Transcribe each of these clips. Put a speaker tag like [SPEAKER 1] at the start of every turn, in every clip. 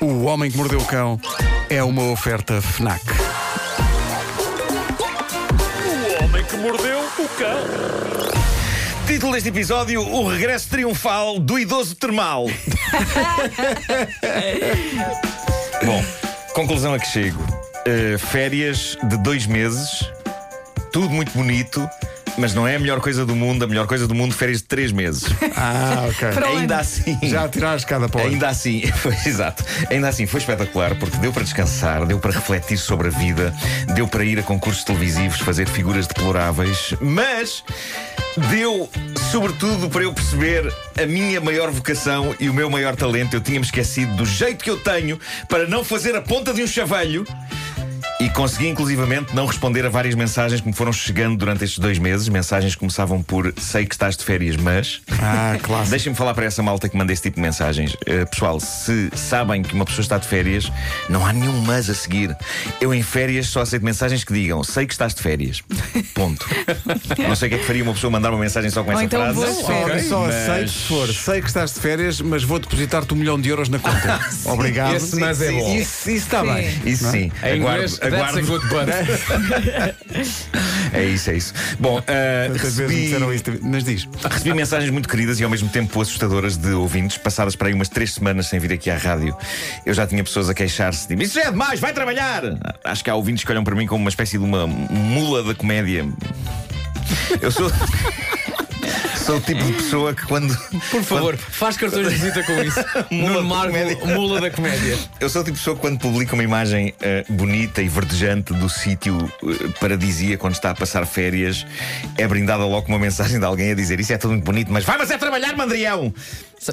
[SPEAKER 1] O Homem que Mordeu o Cão é uma oferta FNAC.
[SPEAKER 2] O homem que mordeu o cão.
[SPEAKER 3] Título deste episódio: O regresso triunfal do idoso termal. Bom, conclusão a que chego: Uh, férias de dois meses, tudo muito bonito, mas não é a melhor coisa do mundo. A melhor coisa do mundo, férias de três meses.
[SPEAKER 1] Ah, ok.
[SPEAKER 4] Para o
[SPEAKER 3] Ainda
[SPEAKER 4] ano.
[SPEAKER 3] assim.
[SPEAKER 1] Já a tirar a escada para o ano.
[SPEAKER 3] Ainda assim, foi, exato. Ainda assim foi espetacular porque deu para descansar, deu para refletir sobre a vida, deu para ir a concursos televisivos, fazer figuras deploráveis, mas deu sobretudo para eu perceber a minha maior vocação e o meu maior talento. Eu tinha-me esquecido do jeito que eu tenho para não fazer a ponta de um chavalho. E consegui, inclusivamente, não responder a várias mensagens que me foram chegando durante estes dois meses. Mensagens que começavam por sei que estás de férias, mas.
[SPEAKER 1] Ah, claro.
[SPEAKER 3] Deixem-me falar para essa malta que manda esse tipo de mensagens. Eh, pessoal, se sabem que uma pessoa está de férias, não há nenhum mas a seguir. Eu, em férias, só aceito mensagens que digam: sei que estás de férias. Ponto. não sei o que é que faria uma pessoa mandar uma mensagem só com
[SPEAKER 4] Ou
[SPEAKER 3] essa
[SPEAKER 4] então
[SPEAKER 3] frase.
[SPEAKER 4] vou de
[SPEAKER 1] Só,
[SPEAKER 4] férias.
[SPEAKER 1] só
[SPEAKER 3] Mas-
[SPEAKER 1] aceito se for. Sei que estás de férias, mas vou depositar-te um milhão de euros na conta. Obrigado.
[SPEAKER 5] Esse mas é bom.
[SPEAKER 1] Isso, isso está
[SPEAKER 4] Sim.
[SPEAKER 1] bem.
[SPEAKER 3] Isso sim,
[SPEAKER 5] Em
[SPEAKER 3] aguardo,
[SPEAKER 5] inglês, that's
[SPEAKER 3] aguardo.
[SPEAKER 5] a good button.
[SPEAKER 3] É isso, é isso. Bom, eh,
[SPEAKER 1] Tantas vezes me
[SPEAKER 3] recebi-
[SPEAKER 1] disseram isto, mas diz.
[SPEAKER 3] Recebi mensagens muito queridas e ao mesmo tempo assustadoras de ouvintes, passadas para aí umas três semanas sem vir aqui à rádio. Eu já tinha pessoas a queixar-se de mim. Isso já é demais, vai trabalhar! Acho que há ouvintes que olham para mim como uma espécie de uma mula da comédia. Eu sou. sou o tipo de pessoa que quando.
[SPEAKER 5] Por favor, faz cartões de visita com isso.
[SPEAKER 3] Mula
[SPEAKER 5] Nuno
[SPEAKER 3] da comédia.
[SPEAKER 5] Margo, mula da comédia.
[SPEAKER 3] Eu sou o tipo de pessoa que quando publica uma imagem eh, bonita e verdejante do sítio eh, paradisíaco onde está a passar férias, é brindada logo com uma mensagem de alguém a dizer isso é tudo muito bonito, mas vai mas é trabalhar, Mandrião!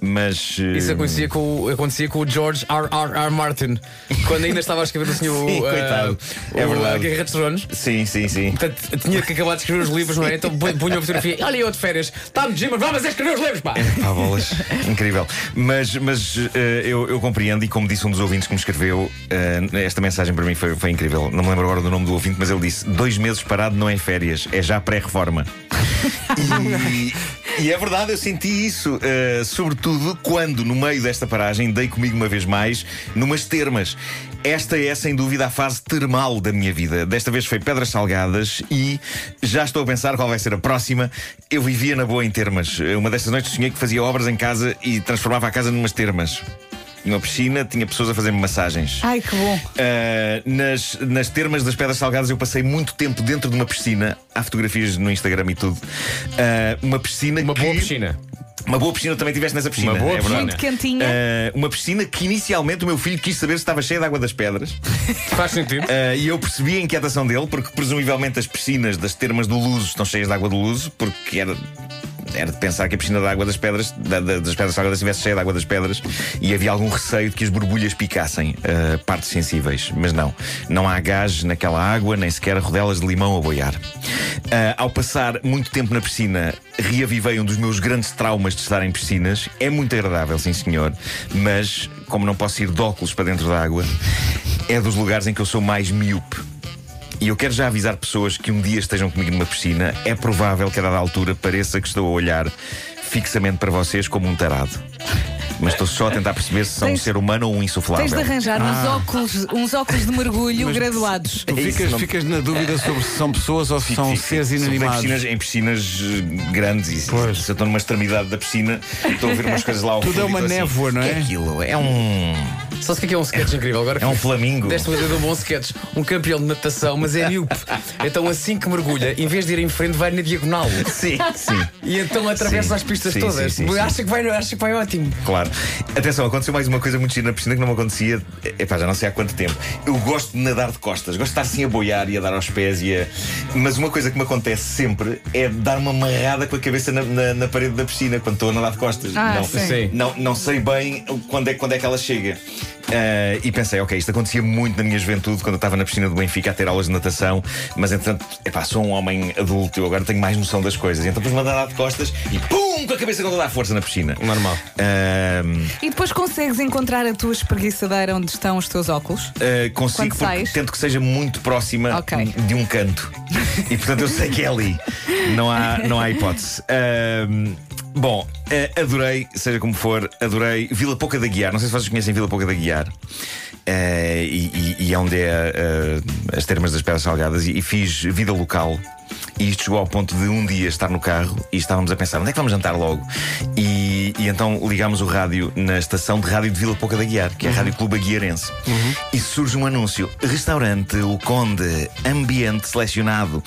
[SPEAKER 3] Mas. eh,
[SPEAKER 5] Isso é acontecia com, o- acontecia com o George R. R. R. Martin, quando ainda estava a escrever o senhor
[SPEAKER 3] Sim,
[SPEAKER 5] o, eh,
[SPEAKER 3] coitado. É
[SPEAKER 5] o-
[SPEAKER 3] verdade.
[SPEAKER 5] a Guerra dos Tronos.
[SPEAKER 3] Sim, sim, sim.
[SPEAKER 5] Portanto, tinha que acabar de escrever os livros, não é? Então pu- punha a fotografia. Olha, eu de férias. Está-me de gym, mas vá, mas é escrever os livros, pá!
[SPEAKER 3] Pá, bolas. Incrível. Mas, mas eh, eu, eu compreendo, e como disse um dos ouvintes que me escreveu, eh, esta mensagem para mim foi, foi incrível. Não me lembro agora do nome do ouvinte, mas ele disse: dois meses parado não é férias, é já pré-reforma. E, e é verdade, eu senti isso. eh, sobretudo quando, no meio desta paragem, dei comigo uma vez mais numas termas. Esta é, sem dúvida, a fase termal da minha vida. Desta vez foi Pedras Salgadas e já estou a pensar qual vai ser a próxima. Eu vivia na boa em termas. Eh, Uma destas noites sonhei que fazia obras em casa e transformava a casa numas termas. Numa piscina, tinha pessoas a fazer-me massagens.
[SPEAKER 4] Ai, que bom.
[SPEAKER 3] Uh, nas, nas termas das Pedras Salgadas eu passei muito tempo dentro de uma piscina. Há fotografias no Instagram e tudo. Uh, uma piscina
[SPEAKER 5] Uma
[SPEAKER 3] que.
[SPEAKER 5] boa piscina.
[SPEAKER 3] Uma boa piscina, também tiveste nessa piscina.
[SPEAKER 5] Uma boa
[SPEAKER 3] é verdade.
[SPEAKER 4] Muito quentinha.
[SPEAKER 3] Uh, uma piscina que inicialmente o meu filho quis saber se estava cheia de água das pedras.
[SPEAKER 5] Faz sentido.
[SPEAKER 3] Uh, e eu percebi a inquietação dele, porque presumivelmente as piscinas das termas do Luso estão cheias de água do Luso, porque era. Era de pensar que a piscina da água das pedras, da- da- das pedras salgadas, estivesse cheia de água das pedras e havia algum receio de que as borbulhas picassem uh, partes sensíveis. Mas não. Não há gás naquela água, nem sequer rodelas de limão a boiar. Uh, ao passar muito tempo na piscina, reavivei um dos meus grandes traumas de estar em piscinas. É muito agradável, sim senhor, mas como não posso ir de óculos para dentro da água, é dos lugares em que eu sou mais miúpe. E eu quero já avisar pessoas que um dia estejam comigo numa piscina. É provável que a dada altura pareça que estou a olhar fixamente para vocês como um tarado. Mas estou só a tentar perceber se são
[SPEAKER 4] Tens-
[SPEAKER 3] um ser humano ou um insuflável.
[SPEAKER 4] Tens de arranjar
[SPEAKER 3] Ah.
[SPEAKER 4] uns, óculos, uns óculos de mergulho graduados.
[SPEAKER 1] Tu
[SPEAKER 3] É isso,
[SPEAKER 1] ficas,
[SPEAKER 3] não- É.
[SPEAKER 1] ficas na dúvida sobre se são pessoas ou se
[SPEAKER 3] Fico,
[SPEAKER 1] são
[SPEAKER 3] fico,
[SPEAKER 1] seres
[SPEAKER 3] fico. Sobretudo
[SPEAKER 1] inanimados.
[SPEAKER 3] Em piscinas, em piscinas eh, grandes e se,
[SPEAKER 1] Pois.
[SPEAKER 3] se eu estou numa extremidade da piscina, estou a ver umas coisas lá ao
[SPEAKER 1] Tudo
[SPEAKER 3] fundo
[SPEAKER 1] é
[SPEAKER 3] e
[SPEAKER 1] uma
[SPEAKER 3] estou assim,
[SPEAKER 1] névoa, não
[SPEAKER 3] "O que
[SPEAKER 1] é?"
[SPEAKER 3] é aquilo? É um.
[SPEAKER 5] Sabe o que é que é um sketch incrível? Agora
[SPEAKER 3] É um flamingo.
[SPEAKER 5] Deste uma ideia de um bom sketch. Um campeão de natação, mas é miúpe. Então, assim que mergulha, em vez de ir em frente, vai na diagonal.
[SPEAKER 3] Sim, sim.
[SPEAKER 5] E então atravessa
[SPEAKER 3] Sim,
[SPEAKER 5] as pistas
[SPEAKER 3] sim,
[SPEAKER 5] todas.
[SPEAKER 3] sim, sim, sim.
[SPEAKER 5] acha, Que vai, acha que vai ótimo.
[SPEAKER 3] Claro. Atenção, aconteceu mais uma coisa muito gira na piscina que não me acontecia, epá, já não sei há quanto tempo. Eu gosto de nadar de costas, gosto de estar assim a boiar e a dar aos pés e a... Mas uma coisa que me acontece sempre é dar uma amarrada com a cabeça na, na- na parede da piscina quando estou a nadar de costas.
[SPEAKER 4] Ah,
[SPEAKER 3] não,
[SPEAKER 4] sim.
[SPEAKER 5] Sim.
[SPEAKER 3] Não, não sei bem quando é, quando é que ela chega. Ah, e pensei, ok, isto acontecia muito na minha juventude, quando eu estava na piscina do Benfica a ter aulas de natação, mas entretanto, epá, sou um homem adulto, eu agora tenho mais noção das coisas. Então pus-me a nadar de costas e pum, com a cabeça com toda a força na piscina.
[SPEAKER 5] Normal.
[SPEAKER 3] Ahm,
[SPEAKER 4] E depois consegues encontrar a tua espreguiçadeira onde estão os teus óculos?
[SPEAKER 3] ah,
[SPEAKER 4] Quando
[SPEAKER 3] consigo porque
[SPEAKER 4] sais?
[SPEAKER 3] tento que seja muito próxima
[SPEAKER 4] Ok.
[SPEAKER 3] de um canto. E portanto eu sei que é ali. Não há, não há hipótese. Ahm, Bom, eh, adorei, seja como for, adorei Vila Pouca da Guiar. Não sei se vocês conhecem Vila Pouca da Guiar. Eh, e, e- e é onde é eh, as termas das Pedras Salgadas. E, e fiz vida local. E isto chegou ao ponto de um dia estar no carro e estávamos a pensar onde é que vamos jantar logo. E, e então ligámos o rádio na estação de rádio de Vila Pouca da Guiar, que é a Rádio Clube Aguiarense. E surge um anúncio: restaurante O Conde, ambiente selecionado.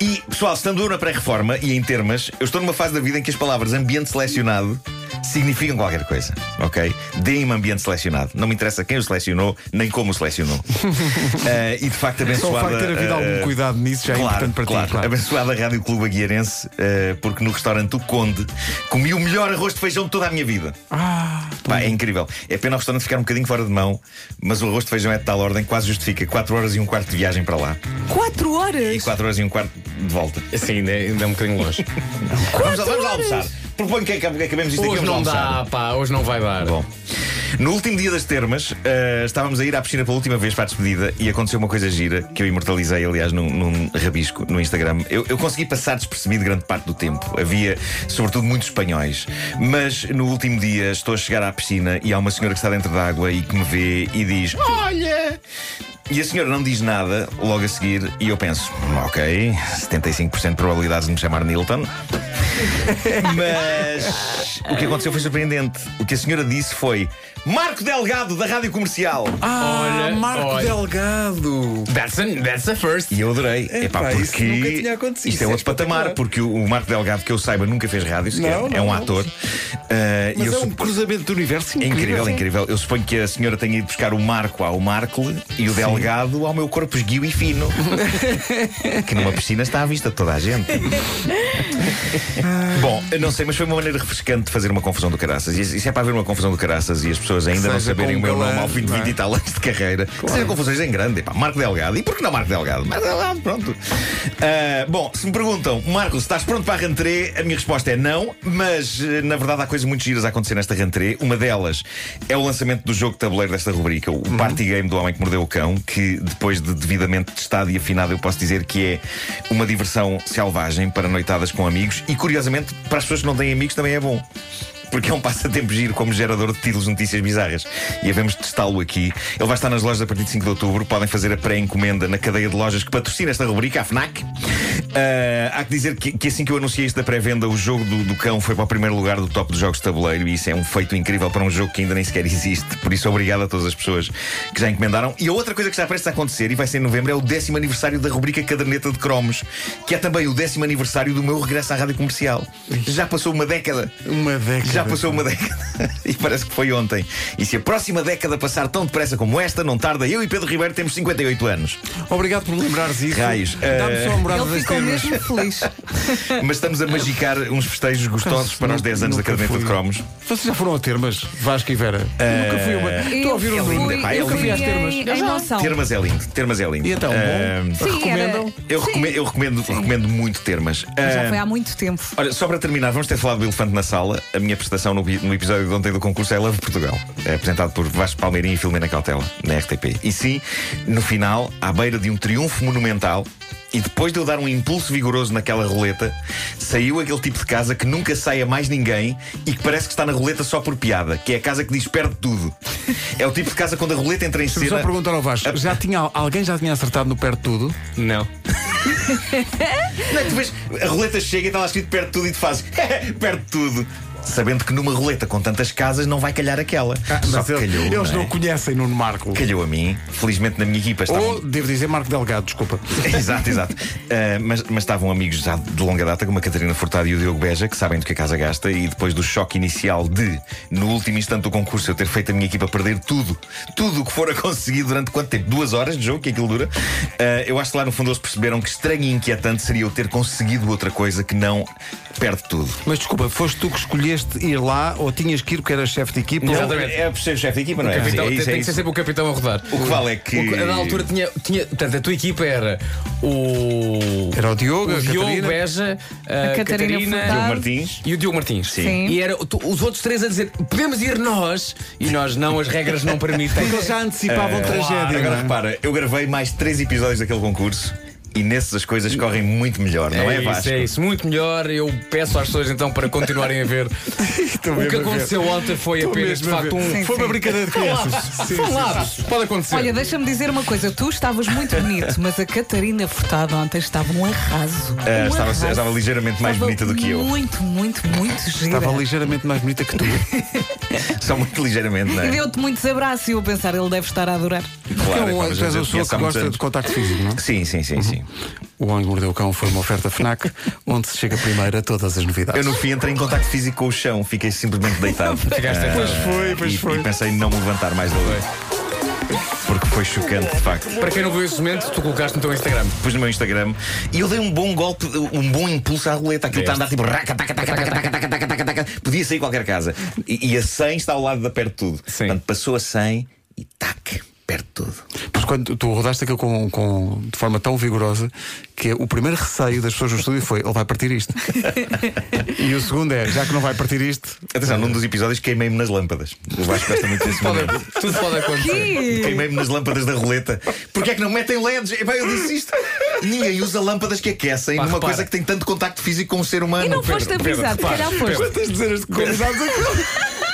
[SPEAKER 3] E, pessoal, estando eu na pré-reforma e em termas, eu estou numa fase da vida em que as palavras ambiente selecionado significam qualquer coisa, ok? Deem-me ambiente selecionado. Não me interessa quem o selecionou, nem como o selecionou. Eh, e de facto,
[SPEAKER 1] Só o
[SPEAKER 3] abençoada.
[SPEAKER 1] facto de ter havido
[SPEAKER 3] eh,
[SPEAKER 1] algum cuidado nisso já é importante para ti. claro.
[SPEAKER 3] Abençoada Rádio Clube Aguiarense, eh, porque no restaurante O Conde comi o melhor arroz de feijão de toda a minha vida.
[SPEAKER 1] Ah,
[SPEAKER 3] Pá, é incrível. É pena o restaurante ficar um bocadinho fora de mão, mas o arroz de feijão é de tal ordem que quase justifica 4 horas e um quarto de viagem para lá
[SPEAKER 4] Quatro
[SPEAKER 3] e
[SPEAKER 4] horas?
[SPEAKER 3] 4 horas e um quarto de volta.
[SPEAKER 5] Assim, ainda,
[SPEAKER 1] né?
[SPEAKER 5] ainda é um bocadinho longe.
[SPEAKER 3] Vamos, lá- vamos lá
[SPEAKER 4] horas?
[SPEAKER 3] almoçar. Proponho que acabe- que acabemos isto aqui.
[SPEAKER 5] hoje
[SPEAKER 3] vamos lá
[SPEAKER 5] não
[SPEAKER 3] almoçar.
[SPEAKER 5] dá, pá, hoje não vai dar.
[SPEAKER 3] Bom. No último dia das termas, eh, estávamos a ir à piscina pela última vez para a despedida e aconteceu uma coisa gira que eu imortalizei, aliás, num, num rabisco no Instagram. Eu, eu consegui passar despercebido grande parte do tempo. Havia, sobretudo, muitos espanhóis. Mas no último dia estou a chegar à piscina e há uma senhora que está dentro da água e que me vê e diz: Olha! E a senhora não diz nada logo a seguir e eu penso: Ok, 75% de probabilidades de me chamar Nilton. Mas o que aconteceu foi surpreendente. O que a senhora disse foi: Marco Delgado, da Rádio Comercial.
[SPEAKER 1] Ah,
[SPEAKER 5] Olha,
[SPEAKER 1] Marco
[SPEAKER 5] olha.
[SPEAKER 1] Delgado!
[SPEAKER 5] That's a, that's a first.
[SPEAKER 3] E eu adorei. É pá,
[SPEAKER 1] Epá,
[SPEAKER 3] porque
[SPEAKER 1] isso nunca tinha acontecido.
[SPEAKER 3] isto
[SPEAKER 1] Isso
[SPEAKER 3] é
[SPEAKER 1] é
[SPEAKER 3] outro patamar,
[SPEAKER 1] espetacular.
[SPEAKER 3] porque o o Marco Delgado, que eu saiba, nunca fez rádio sequer.
[SPEAKER 1] Não, não,
[SPEAKER 3] é um
[SPEAKER 1] não.
[SPEAKER 3] ator. Ah, e
[SPEAKER 1] Mas
[SPEAKER 3] eu
[SPEAKER 1] é um
[SPEAKER 3] sup-
[SPEAKER 1] cruzamento do universo
[SPEAKER 3] É incrível,
[SPEAKER 1] incrível.
[SPEAKER 3] incrível. Eu suponho que a senhora tenha ido buscar o Marco ao Marco e o Delgado ao meu corpo esguio e fino. que numa piscina está à vista de toda a gente. Bom, eu não sei, mas foi uma maneira refrescante de fazer uma confusão do caraças. E isso é para haver uma confusão do caraças e as pessoas ainda não
[SPEAKER 1] seja
[SPEAKER 3] saberem
[SPEAKER 1] com
[SPEAKER 3] o
[SPEAKER 1] um
[SPEAKER 3] meu
[SPEAKER 1] galã,
[SPEAKER 3] nome ao fim de
[SPEAKER 1] não é?
[SPEAKER 3] 20 e tal anos de carreira. Que sejam confusões em grande. Epá, Marco Delgado. E por que não Marco Delgado? Marco Delgado, pronto. Ah, bom, se me perguntam, Marco, se estás pronto para a rentrée, a minha resposta é não, mas eh, na verdade há coisas muito giras a acontecer nesta rentrée. Uma delas é o lançamento do jogo de tabuleiro desta rubrica, o Party Game do Homem que Mordeu o Cão, que depois de devidamente testado e afinado, eu posso dizer que é uma diversão selvagem para noitadas com amigos e, curiosamente, para as pessoas que não têm amigos também é bom. Porque é um passatempo giro como gerador de títulos de notícias bizarras. E havemos de testá-lo aqui. Ele vai estar nas lojas a partir de 5 de outubro. Podem fazer a pré-encomenda na cadeia de lojas que patrocina esta rubrica, a Fnac. Ah, há que dizer que, que assim que eu anunciei isto da pré-venda, o jogo do, do cão foi para o primeiro lugar do top dos jogos de tabuleiro. E isso é um feito incrível para um jogo que ainda nem sequer existe. Por isso, obrigado a todas as pessoas que já encomendaram. E a outra coisa que está prestes a acontecer, e vai ser em novembro, é o décimo aniversário da rubrica Caderneta de Cromos, que é também o décimo aniversário do meu regresso à rádio comercial. Já passou uma década.
[SPEAKER 1] Uma década.
[SPEAKER 3] Já passou uma década e parece que foi ontem. E se a próxima década passar tão depressa como esta, não tarda. Eu e Pedro Ribeiro temos 58 anos.
[SPEAKER 1] Obrigado por lembrares isso.
[SPEAKER 3] Raios, Eh,
[SPEAKER 1] Dá-me só um a morada
[SPEAKER 4] Ele
[SPEAKER 1] das
[SPEAKER 4] ficou
[SPEAKER 1] termas.
[SPEAKER 4] mesmo feliz.
[SPEAKER 3] Mas estamos a magicar uns festejos gostosos
[SPEAKER 1] Acho
[SPEAKER 3] para os
[SPEAKER 1] que
[SPEAKER 3] 10 anos da
[SPEAKER 1] nunca
[SPEAKER 3] caderneta
[SPEAKER 1] fui.
[SPEAKER 3] de cromos. Ah,
[SPEAKER 1] Vocês já foram a termas, Vasco e Vera? Eu nunca fui a uma. Estou a ouvir
[SPEAKER 4] eu
[SPEAKER 1] um
[SPEAKER 4] fui,
[SPEAKER 1] número.
[SPEAKER 3] pá, é
[SPEAKER 4] eu
[SPEAKER 1] nunca fui
[SPEAKER 4] fui
[SPEAKER 1] às termas.
[SPEAKER 4] em, em Monção.
[SPEAKER 3] Termas é lindo, termas é lindo.
[SPEAKER 1] E então, bom?
[SPEAKER 3] Ahm,
[SPEAKER 4] Sim, era-
[SPEAKER 1] Recomendam?
[SPEAKER 3] eu, eh, recomendo, eu recomendo, recomendo muito termas. Ah,
[SPEAKER 4] Já
[SPEAKER 3] Ahm,
[SPEAKER 4] foi há muito tempo.
[SPEAKER 3] Olha, só para terminar, vamos ter falado do Elefante na Sala. A minha prestação no, bi- no episódio de ontem do concurso é Love Portugal, é apresentado por Vasco Palmeirinho e Filomena Cautela, na RTP. E sim, no final, à beira de um triunfo monumental, e depois de eu dar um impulso vigoroso naquela roleta, saiu aquele tipo de casa que nunca sai a mais ninguém e que parece que está na roleta só por piada, que é a casa que diz perde tudo. É o tipo de casa quando a roleta entra em
[SPEAKER 1] Deixa-me só
[SPEAKER 3] cena.
[SPEAKER 1] perguntar ao Vasco. Já tinha, alguém já tinha acertado no perto de tudo?
[SPEAKER 5] Não.
[SPEAKER 3] Não é que tu vês, a roleta chega e está lá escrito perde tudo e tu fazes perde tudo. Sabendo que numa roleta com tantas casas não vai calhar aquela. Ah,
[SPEAKER 1] Ah,
[SPEAKER 3] Só
[SPEAKER 1] Mas
[SPEAKER 3] que
[SPEAKER 1] ele-
[SPEAKER 3] calhou.
[SPEAKER 1] eles
[SPEAKER 3] não,
[SPEAKER 1] não,
[SPEAKER 3] é?
[SPEAKER 1] conhecem Nuno Marco.
[SPEAKER 3] Calhou a mim. Felizmente na minha equipa estavam.
[SPEAKER 1] Ou, devo dizer, Marco Delgado, desculpa.
[SPEAKER 3] exato, exato. Ah, mas, mas estavam amigos já de longa data, como a Catarina Furtado e o Diogo Beja, que sabem do que a casa gasta, e depois do choque inicial de, no último instante do concurso, eu ter feito a minha equipa perder tudo, tudo o que fora conseguido durante quanto tempo? Duas horas de jogo, que aquilo dura. Ah, eu acho que lá no fundo eles perceberam que estranho e inquietante seria eu ter conseguido outra coisa que não perde tudo.
[SPEAKER 5] É
[SPEAKER 1] Mas desculpa, foste tu que escolheste ir lá ou tinhas que ir porque eras chefe de equipa? ou-
[SPEAKER 5] Exatamente.
[SPEAKER 3] É por ser o chefe de equipa, não é?
[SPEAKER 5] Capitão,
[SPEAKER 3] é
[SPEAKER 5] tem,
[SPEAKER 3] isso,
[SPEAKER 5] tem
[SPEAKER 3] é
[SPEAKER 5] que ser
[SPEAKER 3] isso.
[SPEAKER 5] sempre o capitão a rodar.
[SPEAKER 3] O que vale é que-
[SPEAKER 5] O- na altura tinha, tinha. Portanto, a tua equipa era o.
[SPEAKER 1] Era o Diogo, a
[SPEAKER 5] Diogo
[SPEAKER 1] Catarina.
[SPEAKER 5] Beja, a,
[SPEAKER 4] A Catarina
[SPEAKER 3] Diogo
[SPEAKER 4] Furtado.
[SPEAKER 3] Martins.
[SPEAKER 5] E o Diogo Martins.
[SPEAKER 4] Sim.
[SPEAKER 5] E era tu- os outros três a dizer: podemos ir nós. E nós não, as regras não permitem.
[SPEAKER 1] Porque eles já antecipavam tragédia.
[SPEAKER 3] É, Agora
[SPEAKER 1] não é?
[SPEAKER 3] repara, eu gravei mais três episódios daquele concurso E nesses as coisas correm muito melhor, não é,
[SPEAKER 5] isso,
[SPEAKER 3] Vasco?
[SPEAKER 5] é isso. Muito melhor. Eu peço às pessoas então para continuarem a ver. o que
[SPEAKER 1] mesmo a ver.
[SPEAKER 5] aconteceu ontem foi
[SPEAKER 1] Estou
[SPEAKER 5] apenas de
[SPEAKER 1] mesmo a ver.
[SPEAKER 5] facto um.
[SPEAKER 1] Foi uma
[SPEAKER 4] sim.
[SPEAKER 1] brincadeira de crianças. Sim,
[SPEAKER 5] São
[SPEAKER 1] sim.
[SPEAKER 5] lábios. um Pode acontecer.
[SPEAKER 4] Olha, deixa-me dizer uma coisa. Tu estavas muito bonito, mas a Catarina Furtado ontem estava um arraso.
[SPEAKER 3] Ah,
[SPEAKER 4] Um
[SPEAKER 3] estava-
[SPEAKER 4] arraso.
[SPEAKER 3] estava ligeiramente mais
[SPEAKER 4] Estava
[SPEAKER 3] bonita do que eu.
[SPEAKER 4] Muito, muito, muito gira.
[SPEAKER 1] Estava ligeiramente mais bonita que tu.
[SPEAKER 3] Só muito ligeiramente, não
[SPEAKER 4] E
[SPEAKER 3] é?
[SPEAKER 4] deu-te muitos abraços e eu a pensar, ele deve estar a adorar.
[SPEAKER 3] Claro,
[SPEAKER 1] Porque é um-
[SPEAKER 3] vamos
[SPEAKER 1] tu és a
[SPEAKER 3] dizer,
[SPEAKER 1] pessoa
[SPEAKER 3] conheço
[SPEAKER 1] que
[SPEAKER 3] há muitos
[SPEAKER 1] gosta
[SPEAKER 3] anos.
[SPEAKER 1] de contacto físico, não é?
[SPEAKER 3] Sim, sim, sim, sim.
[SPEAKER 1] O Homem que Mordeu o Cão foi uma oferta FNAC, onde se chega primeiro a todas as
[SPEAKER 3] Eu
[SPEAKER 1] novidades.
[SPEAKER 3] no fim entrei em contacto físico com o chão, fiquei simplesmente deitado.
[SPEAKER 5] Ficaste
[SPEAKER 3] Ah,
[SPEAKER 5] deitado.
[SPEAKER 1] Pois foi, pois
[SPEAKER 3] e,
[SPEAKER 1] foi.
[SPEAKER 3] E pensei em não me levantar mais dali. Porque foi chocante, de facto.
[SPEAKER 5] Para quem não viu esse momento, tu colocaste no teu Instagram.
[SPEAKER 3] Depois no meu Instagram e eu dei um bom golpe, um bom impulso à roleta. Aquilo está a andar tipo raca, taca, taca, taca, taca, taca, taca, taca, taca. Podia sair qualquer casa. E, e a 100 está ao lado da perto tudo.
[SPEAKER 5] Sim.
[SPEAKER 3] Portanto, passou a 100 e tac, perto tudo.
[SPEAKER 1] Mas quando tu rodaste aquilo com, com- de forma tão vigorosa que o primeiro receio das pessoas no estúdio foi ele vai partir isto. e o segundo é, já que não vai partir isto,
[SPEAKER 3] Atenção, num dos episódios queimei-me nas lâmpadas. O Vasco gosta muito desse
[SPEAKER 5] Pode-
[SPEAKER 3] momento.
[SPEAKER 5] tudo pode acontecer.
[SPEAKER 4] Ih,
[SPEAKER 3] Queimei-me nas lâmpadas da roleta. Porquê é que não metem LEDs? Epá, eu disse isto. Ninguém usa lâmpadas que aquecem
[SPEAKER 5] Pá,
[SPEAKER 3] numa
[SPEAKER 5] repara.
[SPEAKER 3] coisa que tem tanto contacto físico com o ser humano.
[SPEAKER 4] E não
[SPEAKER 5] Pedro,
[SPEAKER 4] foste
[SPEAKER 5] Pedro,
[SPEAKER 4] avisado, se
[SPEAKER 5] repara,
[SPEAKER 4] calhar foste.
[SPEAKER 1] quantas dezenas de convidados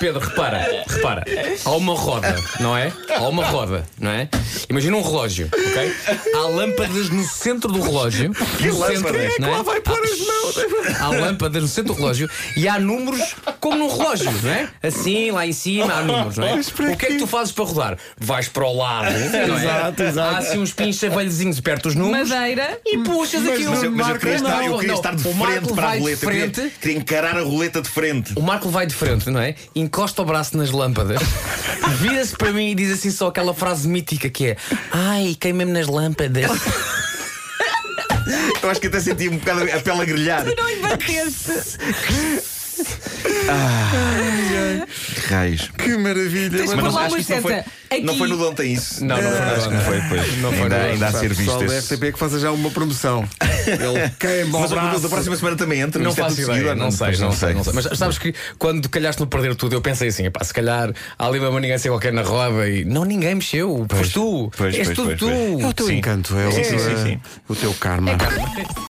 [SPEAKER 5] Pedro, repara, repara. Há uma roda, não é? Há uma roda, não é? Imagina um relógio, ok? Há lâmpadas no centro do relógio. no centro,
[SPEAKER 3] lâmpadas?
[SPEAKER 5] não é?
[SPEAKER 1] vai pôr as mãos?
[SPEAKER 5] Há lâmpadas no centro do relógio e há números como num relógio, não é? Assim, lá em cima, há números, não é?
[SPEAKER 1] Mas para
[SPEAKER 5] O que é que
[SPEAKER 1] quê?
[SPEAKER 5] tu fazes para rodar? Vais para o lado, não é?
[SPEAKER 1] Exato, exato.
[SPEAKER 5] Há assim uns pinchavelhozinhos perto dos números.
[SPEAKER 4] Madeira.
[SPEAKER 5] E puxas aquilo.
[SPEAKER 3] Mas eu, mas eu queria,
[SPEAKER 5] Não,
[SPEAKER 3] estar, eu queria
[SPEAKER 5] não.
[SPEAKER 3] estar de
[SPEAKER 5] O Marco
[SPEAKER 3] frente para a
[SPEAKER 5] vai de
[SPEAKER 3] roleta. Eu queria-
[SPEAKER 5] frente.
[SPEAKER 3] queria encarar a roleta de frente.
[SPEAKER 5] O Marco vai de frente, não é? Encosta o braço nas lâmpadas, vira-se para mim e diz assim só aquela frase mítica que é: Ai, queimei-me nas lâmpadas.
[SPEAKER 3] Eu acho que até senti um bocado a pele a grelhar.
[SPEAKER 4] Tu não embateste.
[SPEAKER 3] Raios.
[SPEAKER 1] Que maravilha!
[SPEAKER 4] Tens
[SPEAKER 1] Mas-
[SPEAKER 4] Vou lá
[SPEAKER 3] acho
[SPEAKER 4] uma
[SPEAKER 3] que isso não foi,
[SPEAKER 4] seta.
[SPEAKER 3] não
[SPEAKER 4] Aqui.
[SPEAKER 3] foi no Dom tem isso.
[SPEAKER 5] Não, não foi no
[SPEAKER 3] Acho
[SPEAKER 5] Dom.
[SPEAKER 3] que não foi, pois.
[SPEAKER 5] Não foi
[SPEAKER 3] ainda,
[SPEAKER 5] no Dom.
[SPEAKER 3] ainda há a ser
[SPEAKER 1] O
[SPEAKER 3] visto
[SPEAKER 1] pessoal da
[SPEAKER 3] esse.
[SPEAKER 1] RTP que faça já uma promoção. Ele queima o
[SPEAKER 3] Mas o
[SPEAKER 1] braço.
[SPEAKER 3] da próxima semana também entra.
[SPEAKER 5] Não
[SPEAKER 3] Isto é
[SPEAKER 5] faço
[SPEAKER 3] tudo
[SPEAKER 5] ideia,
[SPEAKER 3] seguido,
[SPEAKER 5] não, sei,
[SPEAKER 3] Pois
[SPEAKER 5] não sei, não sei. Mas sabes que quando calhaste no perder tudo, eu pensei assim: epá, se calhar há ali uma manigância qualquer na roda e não, ninguém mexeu, pois, tu,
[SPEAKER 3] pois,
[SPEAKER 5] és
[SPEAKER 3] pois,
[SPEAKER 5] tudo
[SPEAKER 3] pois,
[SPEAKER 5] tu.
[SPEAKER 3] pois.
[SPEAKER 1] É o teu
[SPEAKER 3] Sim.
[SPEAKER 1] encanto, é o,
[SPEAKER 3] Sim, sim, sim,
[SPEAKER 1] é
[SPEAKER 3] sim.
[SPEAKER 1] o teu karma.